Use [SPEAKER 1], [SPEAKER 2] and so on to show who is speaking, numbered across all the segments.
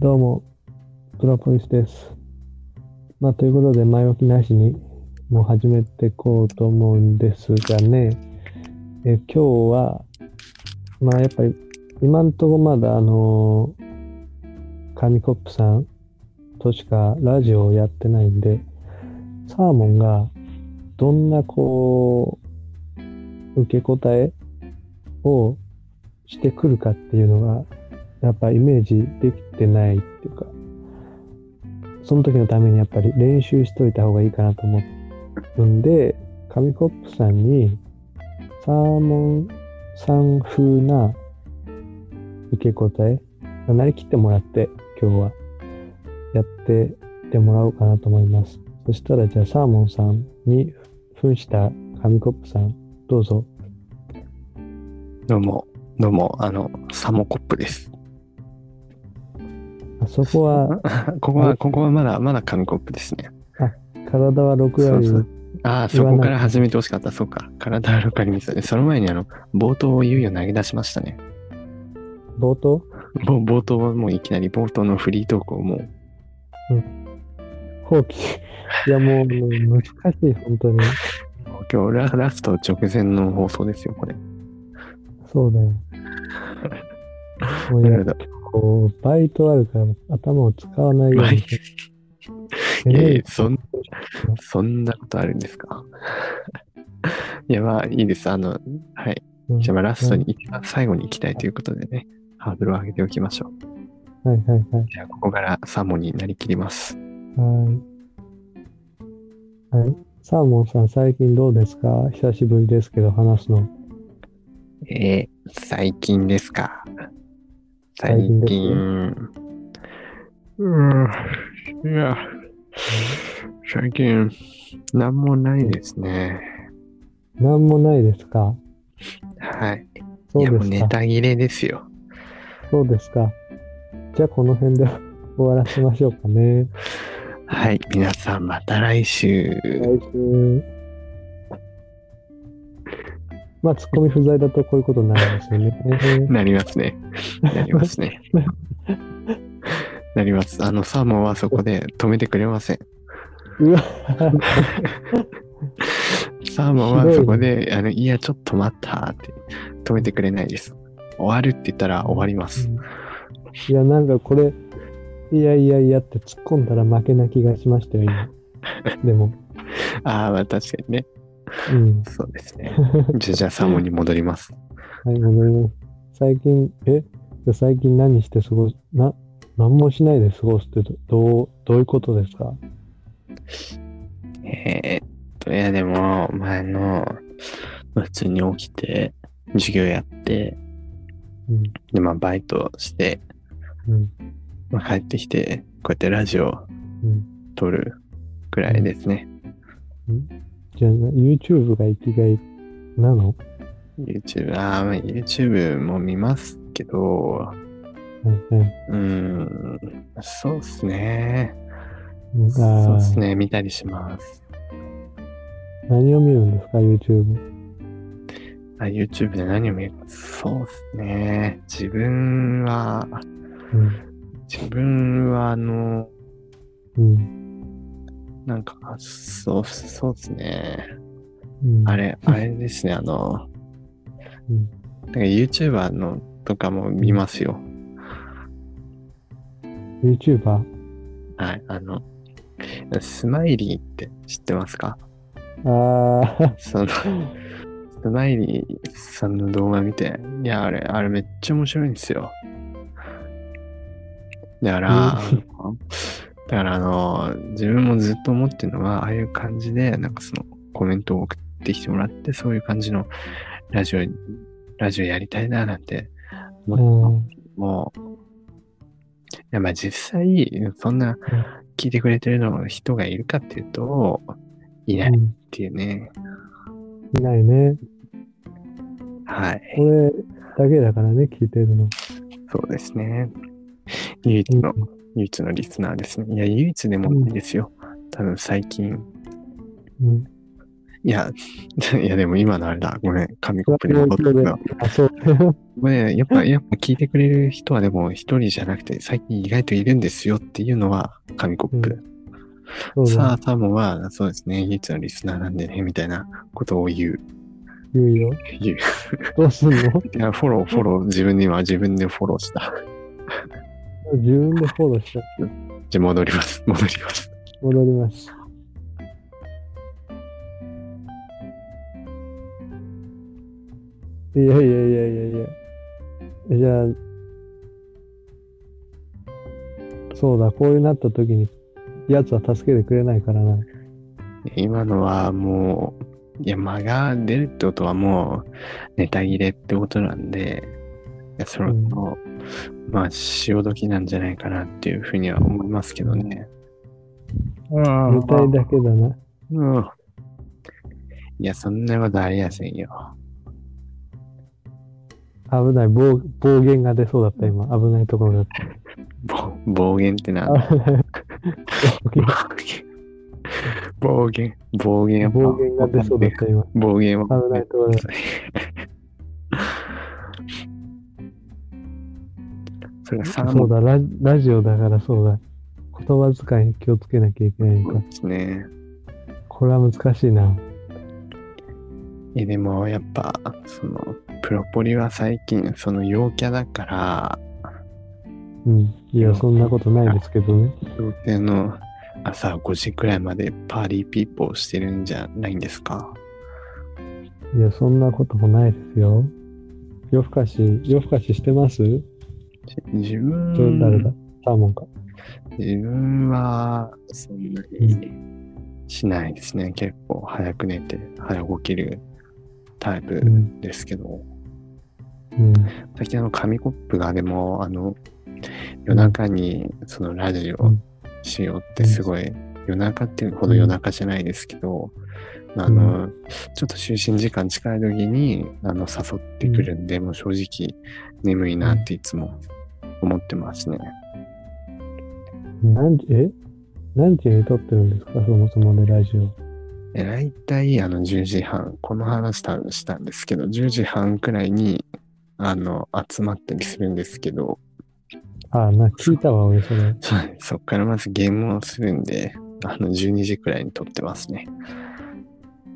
[SPEAKER 1] どうも、プロポリスです。まあ、ということで、前置きなしに、もう始めていこうと思うんですがね、え今日は、まあ、やっぱり、今んとこまだ、あの紙コップさんとしかラジオをやってないんで、サーモンが、どんな、こう、受け答えをしてくるかっていうのが、やっぱイメージできてないっていうか、その時のためにやっぱり練習しといた方がいいかなと思うんで、紙コップさんにサーモンさん風な受け答え、なりきってもらって今日はやってってもらおうかなと思います。そしたらじゃあサーモンさんに扮した紙コップさん、どうぞ。
[SPEAKER 2] どうも、どうも、あの、サモコップです。
[SPEAKER 1] あそこは
[SPEAKER 2] ここ
[SPEAKER 1] は
[SPEAKER 2] は、
[SPEAKER 1] い
[SPEAKER 2] ここはまだ、まだ紙コップですね。
[SPEAKER 1] 体は6割。
[SPEAKER 2] そうそうああ、
[SPEAKER 1] 言
[SPEAKER 2] そ
[SPEAKER 1] わない
[SPEAKER 2] こから始めてほしかった。そうか。体は6回見せた。その前に、あの、冒頭をいよいよ投げ出しましたね。
[SPEAKER 1] 冒頭
[SPEAKER 2] ぼ冒頭はもういきなり冒頭のフリートークをもう、
[SPEAKER 1] 放棄。いやもう、もう難しい、本当に。
[SPEAKER 2] 今日ララスト直前の放送ですよ、これ。
[SPEAKER 1] そうだよ。もう
[SPEAKER 2] な
[SPEAKER 1] や
[SPEAKER 2] るほど。
[SPEAKER 1] こう、バイトあるから頭を使わないよう
[SPEAKER 2] バイ
[SPEAKER 1] に。
[SPEAKER 2] いやい
[SPEAKER 1] ね
[SPEAKER 2] や、そん、そんなことあるんですか。 いや、まあ、いいです。あの、はい。
[SPEAKER 1] うん
[SPEAKER 2] じゃあ、まあラストに、一番最後に行きたいということでね、ハードルを上げておきましょう。
[SPEAKER 1] はいはいはい。
[SPEAKER 2] じゃあ、ここからサモになりきります。
[SPEAKER 1] はい。はい。サーモンさん、最近どうですか久しぶりですけど、話すの。
[SPEAKER 2] えー、最近ですか。
[SPEAKER 1] 最
[SPEAKER 2] 最
[SPEAKER 1] 近
[SPEAKER 2] 近。
[SPEAKER 1] です
[SPEAKER 2] うーん。いや、最近、なんもないですね。
[SPEAKER 1] なんもないですか
[SPEAKER 2] はい。
[SPEAKER 1] そ
[SPEAKER 2] いや、
[SPEAKER 1] う
[SPEAKER 2] もう
[SPEAKER 1] です
[SPEAKER 2] ネ
[SPEAKER 1] か
[SPEAKER 2] タ切れですよ。
[SPEAKER 1] そうですか。じゃあ、この辺で 終わらせましょうかね。
[SPEAKER 2] はい。皆さん、また来週。
[SPEAKER 1] 来週。まあ、ツッコミ不在だとこういうことになるんですよね。
[SPEAKER 2] なりますね。なりま すね。なります。あの、サーモンはそこで止めてくれません。
[SPEAKER 1] うわ
[SPEAKER 2] サーモン
[SPEAKER 1] ひど
[SPEAKER 2] はいそこで、あの、いや、ちょっと待ったって止めてくれないです。終わるって言ったら終わります。
[SPEAKER 1] いや、なんかこれ、いやいやいやって突っ込んだら負けな気がしましたよ、今。でも、
[SPEAKER 2] ああ、まあ確かにね。
[SPEAKER 1] うん。
[SPEAKER 2] そうで すね。じゃあ、じゃあサーモンに戻ります。
[SPEAKER 1] はい、戻ります。最近、えじゃあ最近何して過ごす、な、何もしないで過ごすってど、どう、どういうことですか
[SPEAKER 2] えーっと、いや、でも、前の、まあ普通に起きて、授業やって、
[SPEAKER 1] うん。
[SPEAKER 2] で、まあ、バイトして、
[SPEAKER 1] うん。
[SPEAKER 2] まあ、帰ってきて、こうやってラジオ
[SPEAKER 1] うん。
[SPEAKER 2] 撮るくらいですね。
[SPEAKER 1] じゃあ、YouTube が生きがいなの
[SPEAKER 2] YouTube、ああ、まあ、YouTube も見ますけど、
[SPEAKER 1] はいはい。
[SPEAKER 2] うーん、そうっすね。
[SPEAKER 1] うんあー
[SPEAKER 2] そうっすね。見たりします。
[SPEAKER 1] 何を見るんですか、YouTube。
[SPEAKER 2] あ YouTube で何を見るか。そうっすね。自分は、
[SPEAKER 1] うん。
[SPEAKER 2] 自分は、あの、
[SPEAKER 1] うん。
[SPEAKER 2] なんか、そう、そうっすね。
[SPEAKER 1] うん、
[SPEAKER 2] あれ、あれですね。あの、
[SPEAKER 1] うん
[SPEAKER 2] なんか YouTuber のとかも見ますよ。
[SPEAKER 1] ?YouTuber?
[SPEAKER 2] はい。あの、スマイリーって知ってますか
[SPEAKER 1] ああ、
[SPEAKER 2] その、スマイリーさんの動画見て、いや、あれ、あれめっちゃ面白いんですよ。だから、あの だからあの、自分もずっと思ってるのは、ああいう感じで、なんかそのコメントを送ってきてもらって、そういう感じのラジオ、ラジオやりたいな、なんて思って
[SPEAKER 1] うん。
[SPEAKER 2] もう、いやまあ実際、そんな聞いてくれてるの人がいるかっていうと、いないっ
[SPEAKER 1] うん
[SPEAKER 2] ていうね。
[SPEAKER 1] いないね。
[SPEAKER 2] はい。
[SPEAKER 1] これだけだからね、聞いてるの。
[SPEAKER 2] そうですね。唯一の、唯一のリスナーですね。いや、唯一でもないですよ。多分最近、
[SPEAKER 1] うん。
[SPEAKER 2] いや、 いやでも今のあれだ。ごめん、紙コップに戻ったけど。
[SPEAKER 1] あ、そう。
[SPEAKER 2] これ、やっぱ、やっぱ聞いてくれる人はでも一人じゃなくて、最近意外といるんですよっていうのは紙コップ。
[SPEAKER 1] そう
[SPEAKER 2] さ
[SPEAKER 1] だ
[SPEAKER 2] あ、タモは、そうですね、唯一のリスナーなんでね、みたいなことを言う。
[SPEAKER 1] 言うよ。
[SPEAKER 2] 言う。
[SPEAKER 1] どうすんの
[SPEAKER 2] いや、フォロー、フォロー、自分には自分でフォローした。
[SPEAKER 1] 自分でフォローして
[SPEAKER 2] じゃあ戻ります、戻ります。
[SPEAKER 1] 戻ります。いやいやいやいやいや。じゃあ、そうだ、こういうなった時に、やつは助けてくれないからな。
[SPEAKER 2] 今のはもう、いや、間が出るってことはもう、ネタ切れってことなんで、いや、それも、まあ、潮時なんじゃないかなっていうふうには思いますけどね。うん
[SPEAKER 1] 舞台だけだな。
[SPEAKER 2] うん。いや、そんなことありやせんよ。
[SPEAKER 1] 危ない暴、暴言が出そうだった、今。危ないところだった。
[SPEAKER 2] 暴暴言ってなんだ
[SPEAKER 1] 危ない
[SPEAKER 2] 暴言。 暴言。暴言は
[SPEAKER 1] 暴言が出そうだった、今。
[SPEAKER 2] 暴言は。
[SPEAKER 1] 危ないところだった。
[SPEAKER 2] それがサー
[SPEAKER 1] そ
[SPEAKER 2] モ
[SPEAKER 1] う
[SPEAKER 2] ン
[SPEAKER 1] だラ、ラジオだからそうだ。言葉遣いに気をつけなきゃいけないのか。
[SPEAKER 2] ですね。
[SPEAKER 1] これは難しいな。
[SPEAKER 2] え、でもやっぱ、その、プロポリは最近、その陽キャだから、
[SPEAKER 1] うん。いや、そんなことないですけどね。
[SPEAKER 2] 陽キャの朝5時くらいまでパーリーピーポーしてるんじゃないんですか。
[SPEAKER 1] いや、そんなこともないですよ。夜更かし、夜更かししてます
[SPEAKER 2] 自
[SPEAKER 1] それ
[SPEAKER 2] 分、
[SPEAKER 1] 誰だサーモンか。
[SPEAKER 2] 自分は、そんなにしないですね。結構早く寝て、早く起きるタイプ
[SPEAKER 1] うん。
[SPEAKER 2] ですけど、
[SPEAKER 1] うん。
[SPEAKER 2] 最近あの、紙コップがでも、あの、夜中にそのラジ
[SPEAKER 1] う
[SPEAKER 2] オ
[SPEAKER 1] ん
[SPEAKER 2] しようってすごい、夜中っていうほど夜中じゃないですけど、あの、ちょっと就寝時間近い時に、あの、誘ってくるんで、もう正直眠いなっていつも思ってますね。
[SPEAKER 1] 何時、え何時に撮ってるんですかそもそもでラジオ。
[SPEAKER 2] え大体あの10時半、この話多分したんですけど、10時半くらいにあの集まったりするんですけど、
[SPEAKER 1] ああ、な、聞いたわ、俺それ。
[SPEAKER 2] そそっからまずゲームをするんで、あの12時くらいに撮ってますね。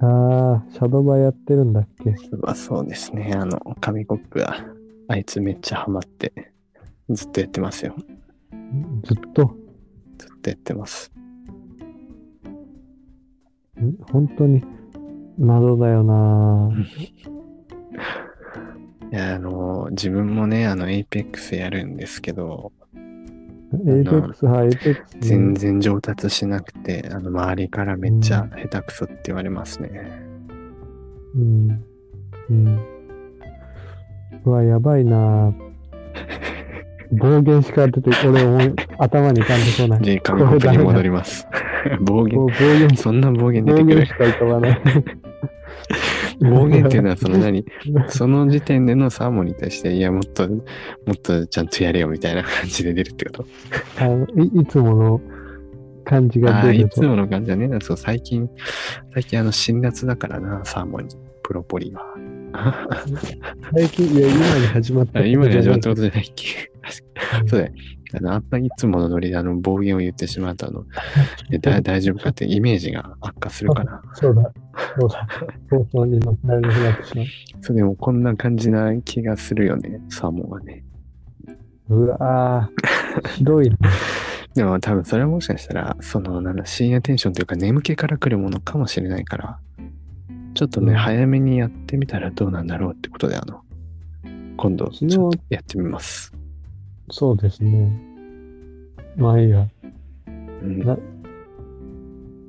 [SPEAKER 1] ああ、シャドバやってるんだっけ
[SPEAKER 2] まあ、そうですね、あの、紙コップがあいつめっちゃハマって、ずっとやってますよ。
[SPEAKER 1] ずっと。
[SPEAKER 2] ずっとやってます。
[SPEAKER 1] ん本当に謎だよなぁ
[SPEAKER 2] いや、あの、自分もね、あの、エイペックスやるんですけど、
[SPEAKER 1] エイペックス、はい、エイペックス。
[SPEAKER 2] 全然上達しなくて、あの、周りからめっちゃ下手くそって言われますね。
[SPEAKER 1] うん。うん。うわ、やばいなぁ暴言しか出て、これ思い、頭に浮かんでこない。
[SPEAKER 2] で、紙コップに戻ります。
[SPEAKER 1] 暴
[SPEAKER 2] 暴言。
[SPEAKER 1] 暴言しか、
[SPEAKER 2] そんな暴言出
[SPEAKER 1] 暴
[SPEAKER 2] てく
[SPEAKER 1] 言
[SPEAKER 2] る
[SPEAKER 1] し。か浮かばない。
[SPEAKER 2] 暴言っていうのは、その何その時点でのサーモンに対して、いや、もっと、もっとちゃんとやれよみたいな感じで出るってこと。
[SPEAKER 1] あのいいつもの感じが
[SPEAKER 2] ああ、
[SPEAKER 1] 出
[SPEAKER 2] い
[SPEAKER 1] る
[SPEAKER 2] つ
[SPEAKER 1] と。
[SPEAKER 2] もの感じだね。そう、最近、最近あの、辛辣だからな、サーモンに、プロポリは。
[SPEAKER 1] 最近、いや、今に始まった
[SPEAKER 2] あ
[SPEAKER 1] ことじゃ
[SPEAKER 2] 今
[SPEAKER 1] ない。
[SPEAKER 2] で始まったことじゃないっけ そうだよ。あの、あんないつものノリであの、暴言を言ってしまうと、あの、えだ大丈夫かってイメージが悪化するから。
[SPEAKER 1] そうだ。そうだ。放送に乗せられなくなってしまう。
[SPEAKER 2] そう、でもこんな感じな気がするよね、サーモンはね。
[SPEAKER 1] うわぁ、ひどいな。
[SPEAKER 2] でも多分それはもしかしたら、その、なんだ、深夜テンションというか眠気から来るものかもしれないから、ちょっとね、
[SPEAKER 1] うん
[SPEAKER 2] 早めにやってみたらどうなんだろうってことで、あの、今度、ち
[SPEAKER 1] 昨日
[SPEAKER 2] ょっとやってみます。
[SPEAKER 1] そうですね。まあいいや。
[SPEAKER 2] うん
[SPEAKER 1] な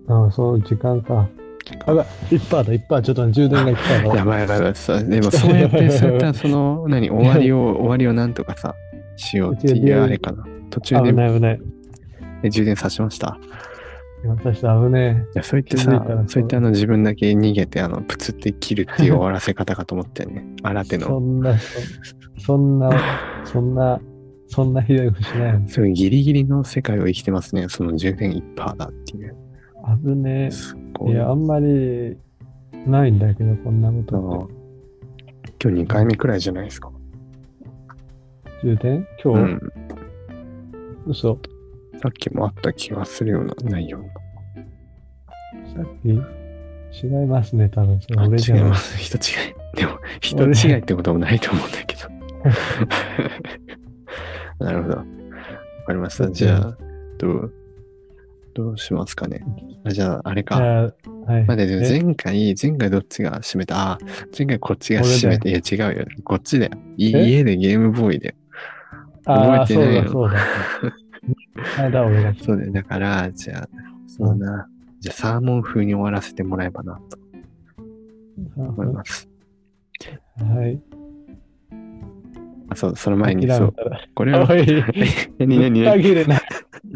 [SPEAKER 1] ああ、そう、時間か。あが、1%だ、1%。ちょっと充電が1%だ。
[SPEAKER 2] やばいやばいやばい。 そうでもそうやって、そうやったらその、何、終わりを、終わりをなんとかさ、しようっていうあれかな。途中
[SPEAKER 1] 危
[SPEAKER 2] で
[SPEAKER 1] ない危ない。
[SPEAKER 2] え充電させました。
[SPEAKER 1] 私危ね
[SPEAKER 2] いや、そう言っ
[SPEAKER 1] 気
[SPEAKER 2] て
[SPEAKER 1] づい
[SPEAKER 2] さ
[SPEAKER 1] たらそ、う
[SPEAKER 2] そう言ってあの自分だけ逃げて、あの、プツって切る っていう終わらせ方かと思ったよね。新手
[SPEAKER 1] え。
[SPEAKER 2] の。
[SPEAKER 1] そんな、そそんな、そんな、そんなひどいことしないの。
[SPEAKER 2] すごいギリギリの世界を生きてますね。その充電1%だっていう。
[SPEAKER 1] 危ね
[SPEAKER 2] す
[SPEAKER 1] え。
[SPEAKER 2] ご
[SPEAKER 1] い
[SPEAKER 2] い。
[SPEAKER 1] や、あんまり、ないんだけど、こんなことっ
[SPEAKER 2] 今日2回目くらいじゃないですか。
[SPEAKER 1] て。充電今
[SPEAKER 2] う
[SPEAKER 1] 日、
[SPEAKER 2] ん。
[SPEAKER 1] 嘘。
[SPEAKER 2] さっきもあった気がするような内容が。
[SPEAKER 1] さっき、違いますね、多分。それ
[SPEAKER 2] あ
[SPEAKER 1] 俺じゃ
[SPEAKER 2] 違い
[SPEAKER 1] ない
[SPEAKER 2] ます。人違い。でも、人の違いってこともないと思うんだ けど。なるほど。わかりました。じゃあ、どう、どうしますかね。あじゃあ、あれ
[SPEAKER 1] じ
[SPEAKER 2] か。
[SPEAKER 1] ゃあはい。
[SPEAKER 2] まあ、でで
[SPEAKER 1] え
[SPEAKER 2] 前回、前回どっちが締めたあー、前回こっちが締めた。いや、違うよ。こっちだよ。い
[SPEAKER 1] え
[SPEAKER 2] 家でゲームボーイで。
[SPEAKER 1] ああ、
[SPEAKER 2] 覚え
[SPEAKER 1] そ
[SPEAKER 2] てな
[SPEAKER 1] う
[SPEAKER 2] いよ
[SPEAKER 1] だ、そうだ。 あれだ、俺が。
[SPEAKER 2] そうだよ。だから、じゃあ、そうだな。じゃあ、サーモン風に終わらせてもらえばな、と思います。
[SPEAKER 1] はい。
[SPEAKER 2] あ、そう、その前に、
[SPEAKER 1] 諦
[SPEAKER 2] そ
[SPEAKER 1] め
[SPEAKER 2] う、
[SPEAKER 1] たら。
[SPEAKER 2] これを
[SPEAKER 1] お、い、
[SPEAKER 2] 何 何何
[SPEAKER 1] 限れない。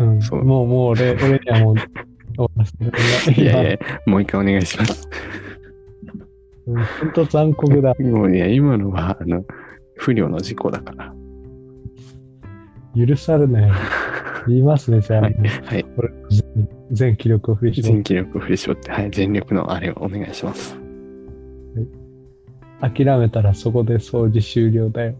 [SPEAKER 1] うん
[SPEAKER 2] そう
[SPEAKER 1] もう、もう俺、俺にはもう、終わらせてくれない
[SPEAKER 2] いやいや、もう一回お願いします。
[SPEAKER 1] うんほんと残酷だ。
[SPEAKER 2] もういや、今のは、あの、不良の事故だから。
[SPEAKER 1] 許されない。言いますね、じゃあ。
[SPEAKER 2] はい、はい、
[SPEAKER 1] 俺全、全気力を振り絞
[SPEAKER 2] 全
[SPEAKER 1] って。
[SPEAKER 2] 気力を振り絞って、はい、全力のあれをお願いします。
[SPEAKER 1] 諦めたらそこで掃除終了だよ。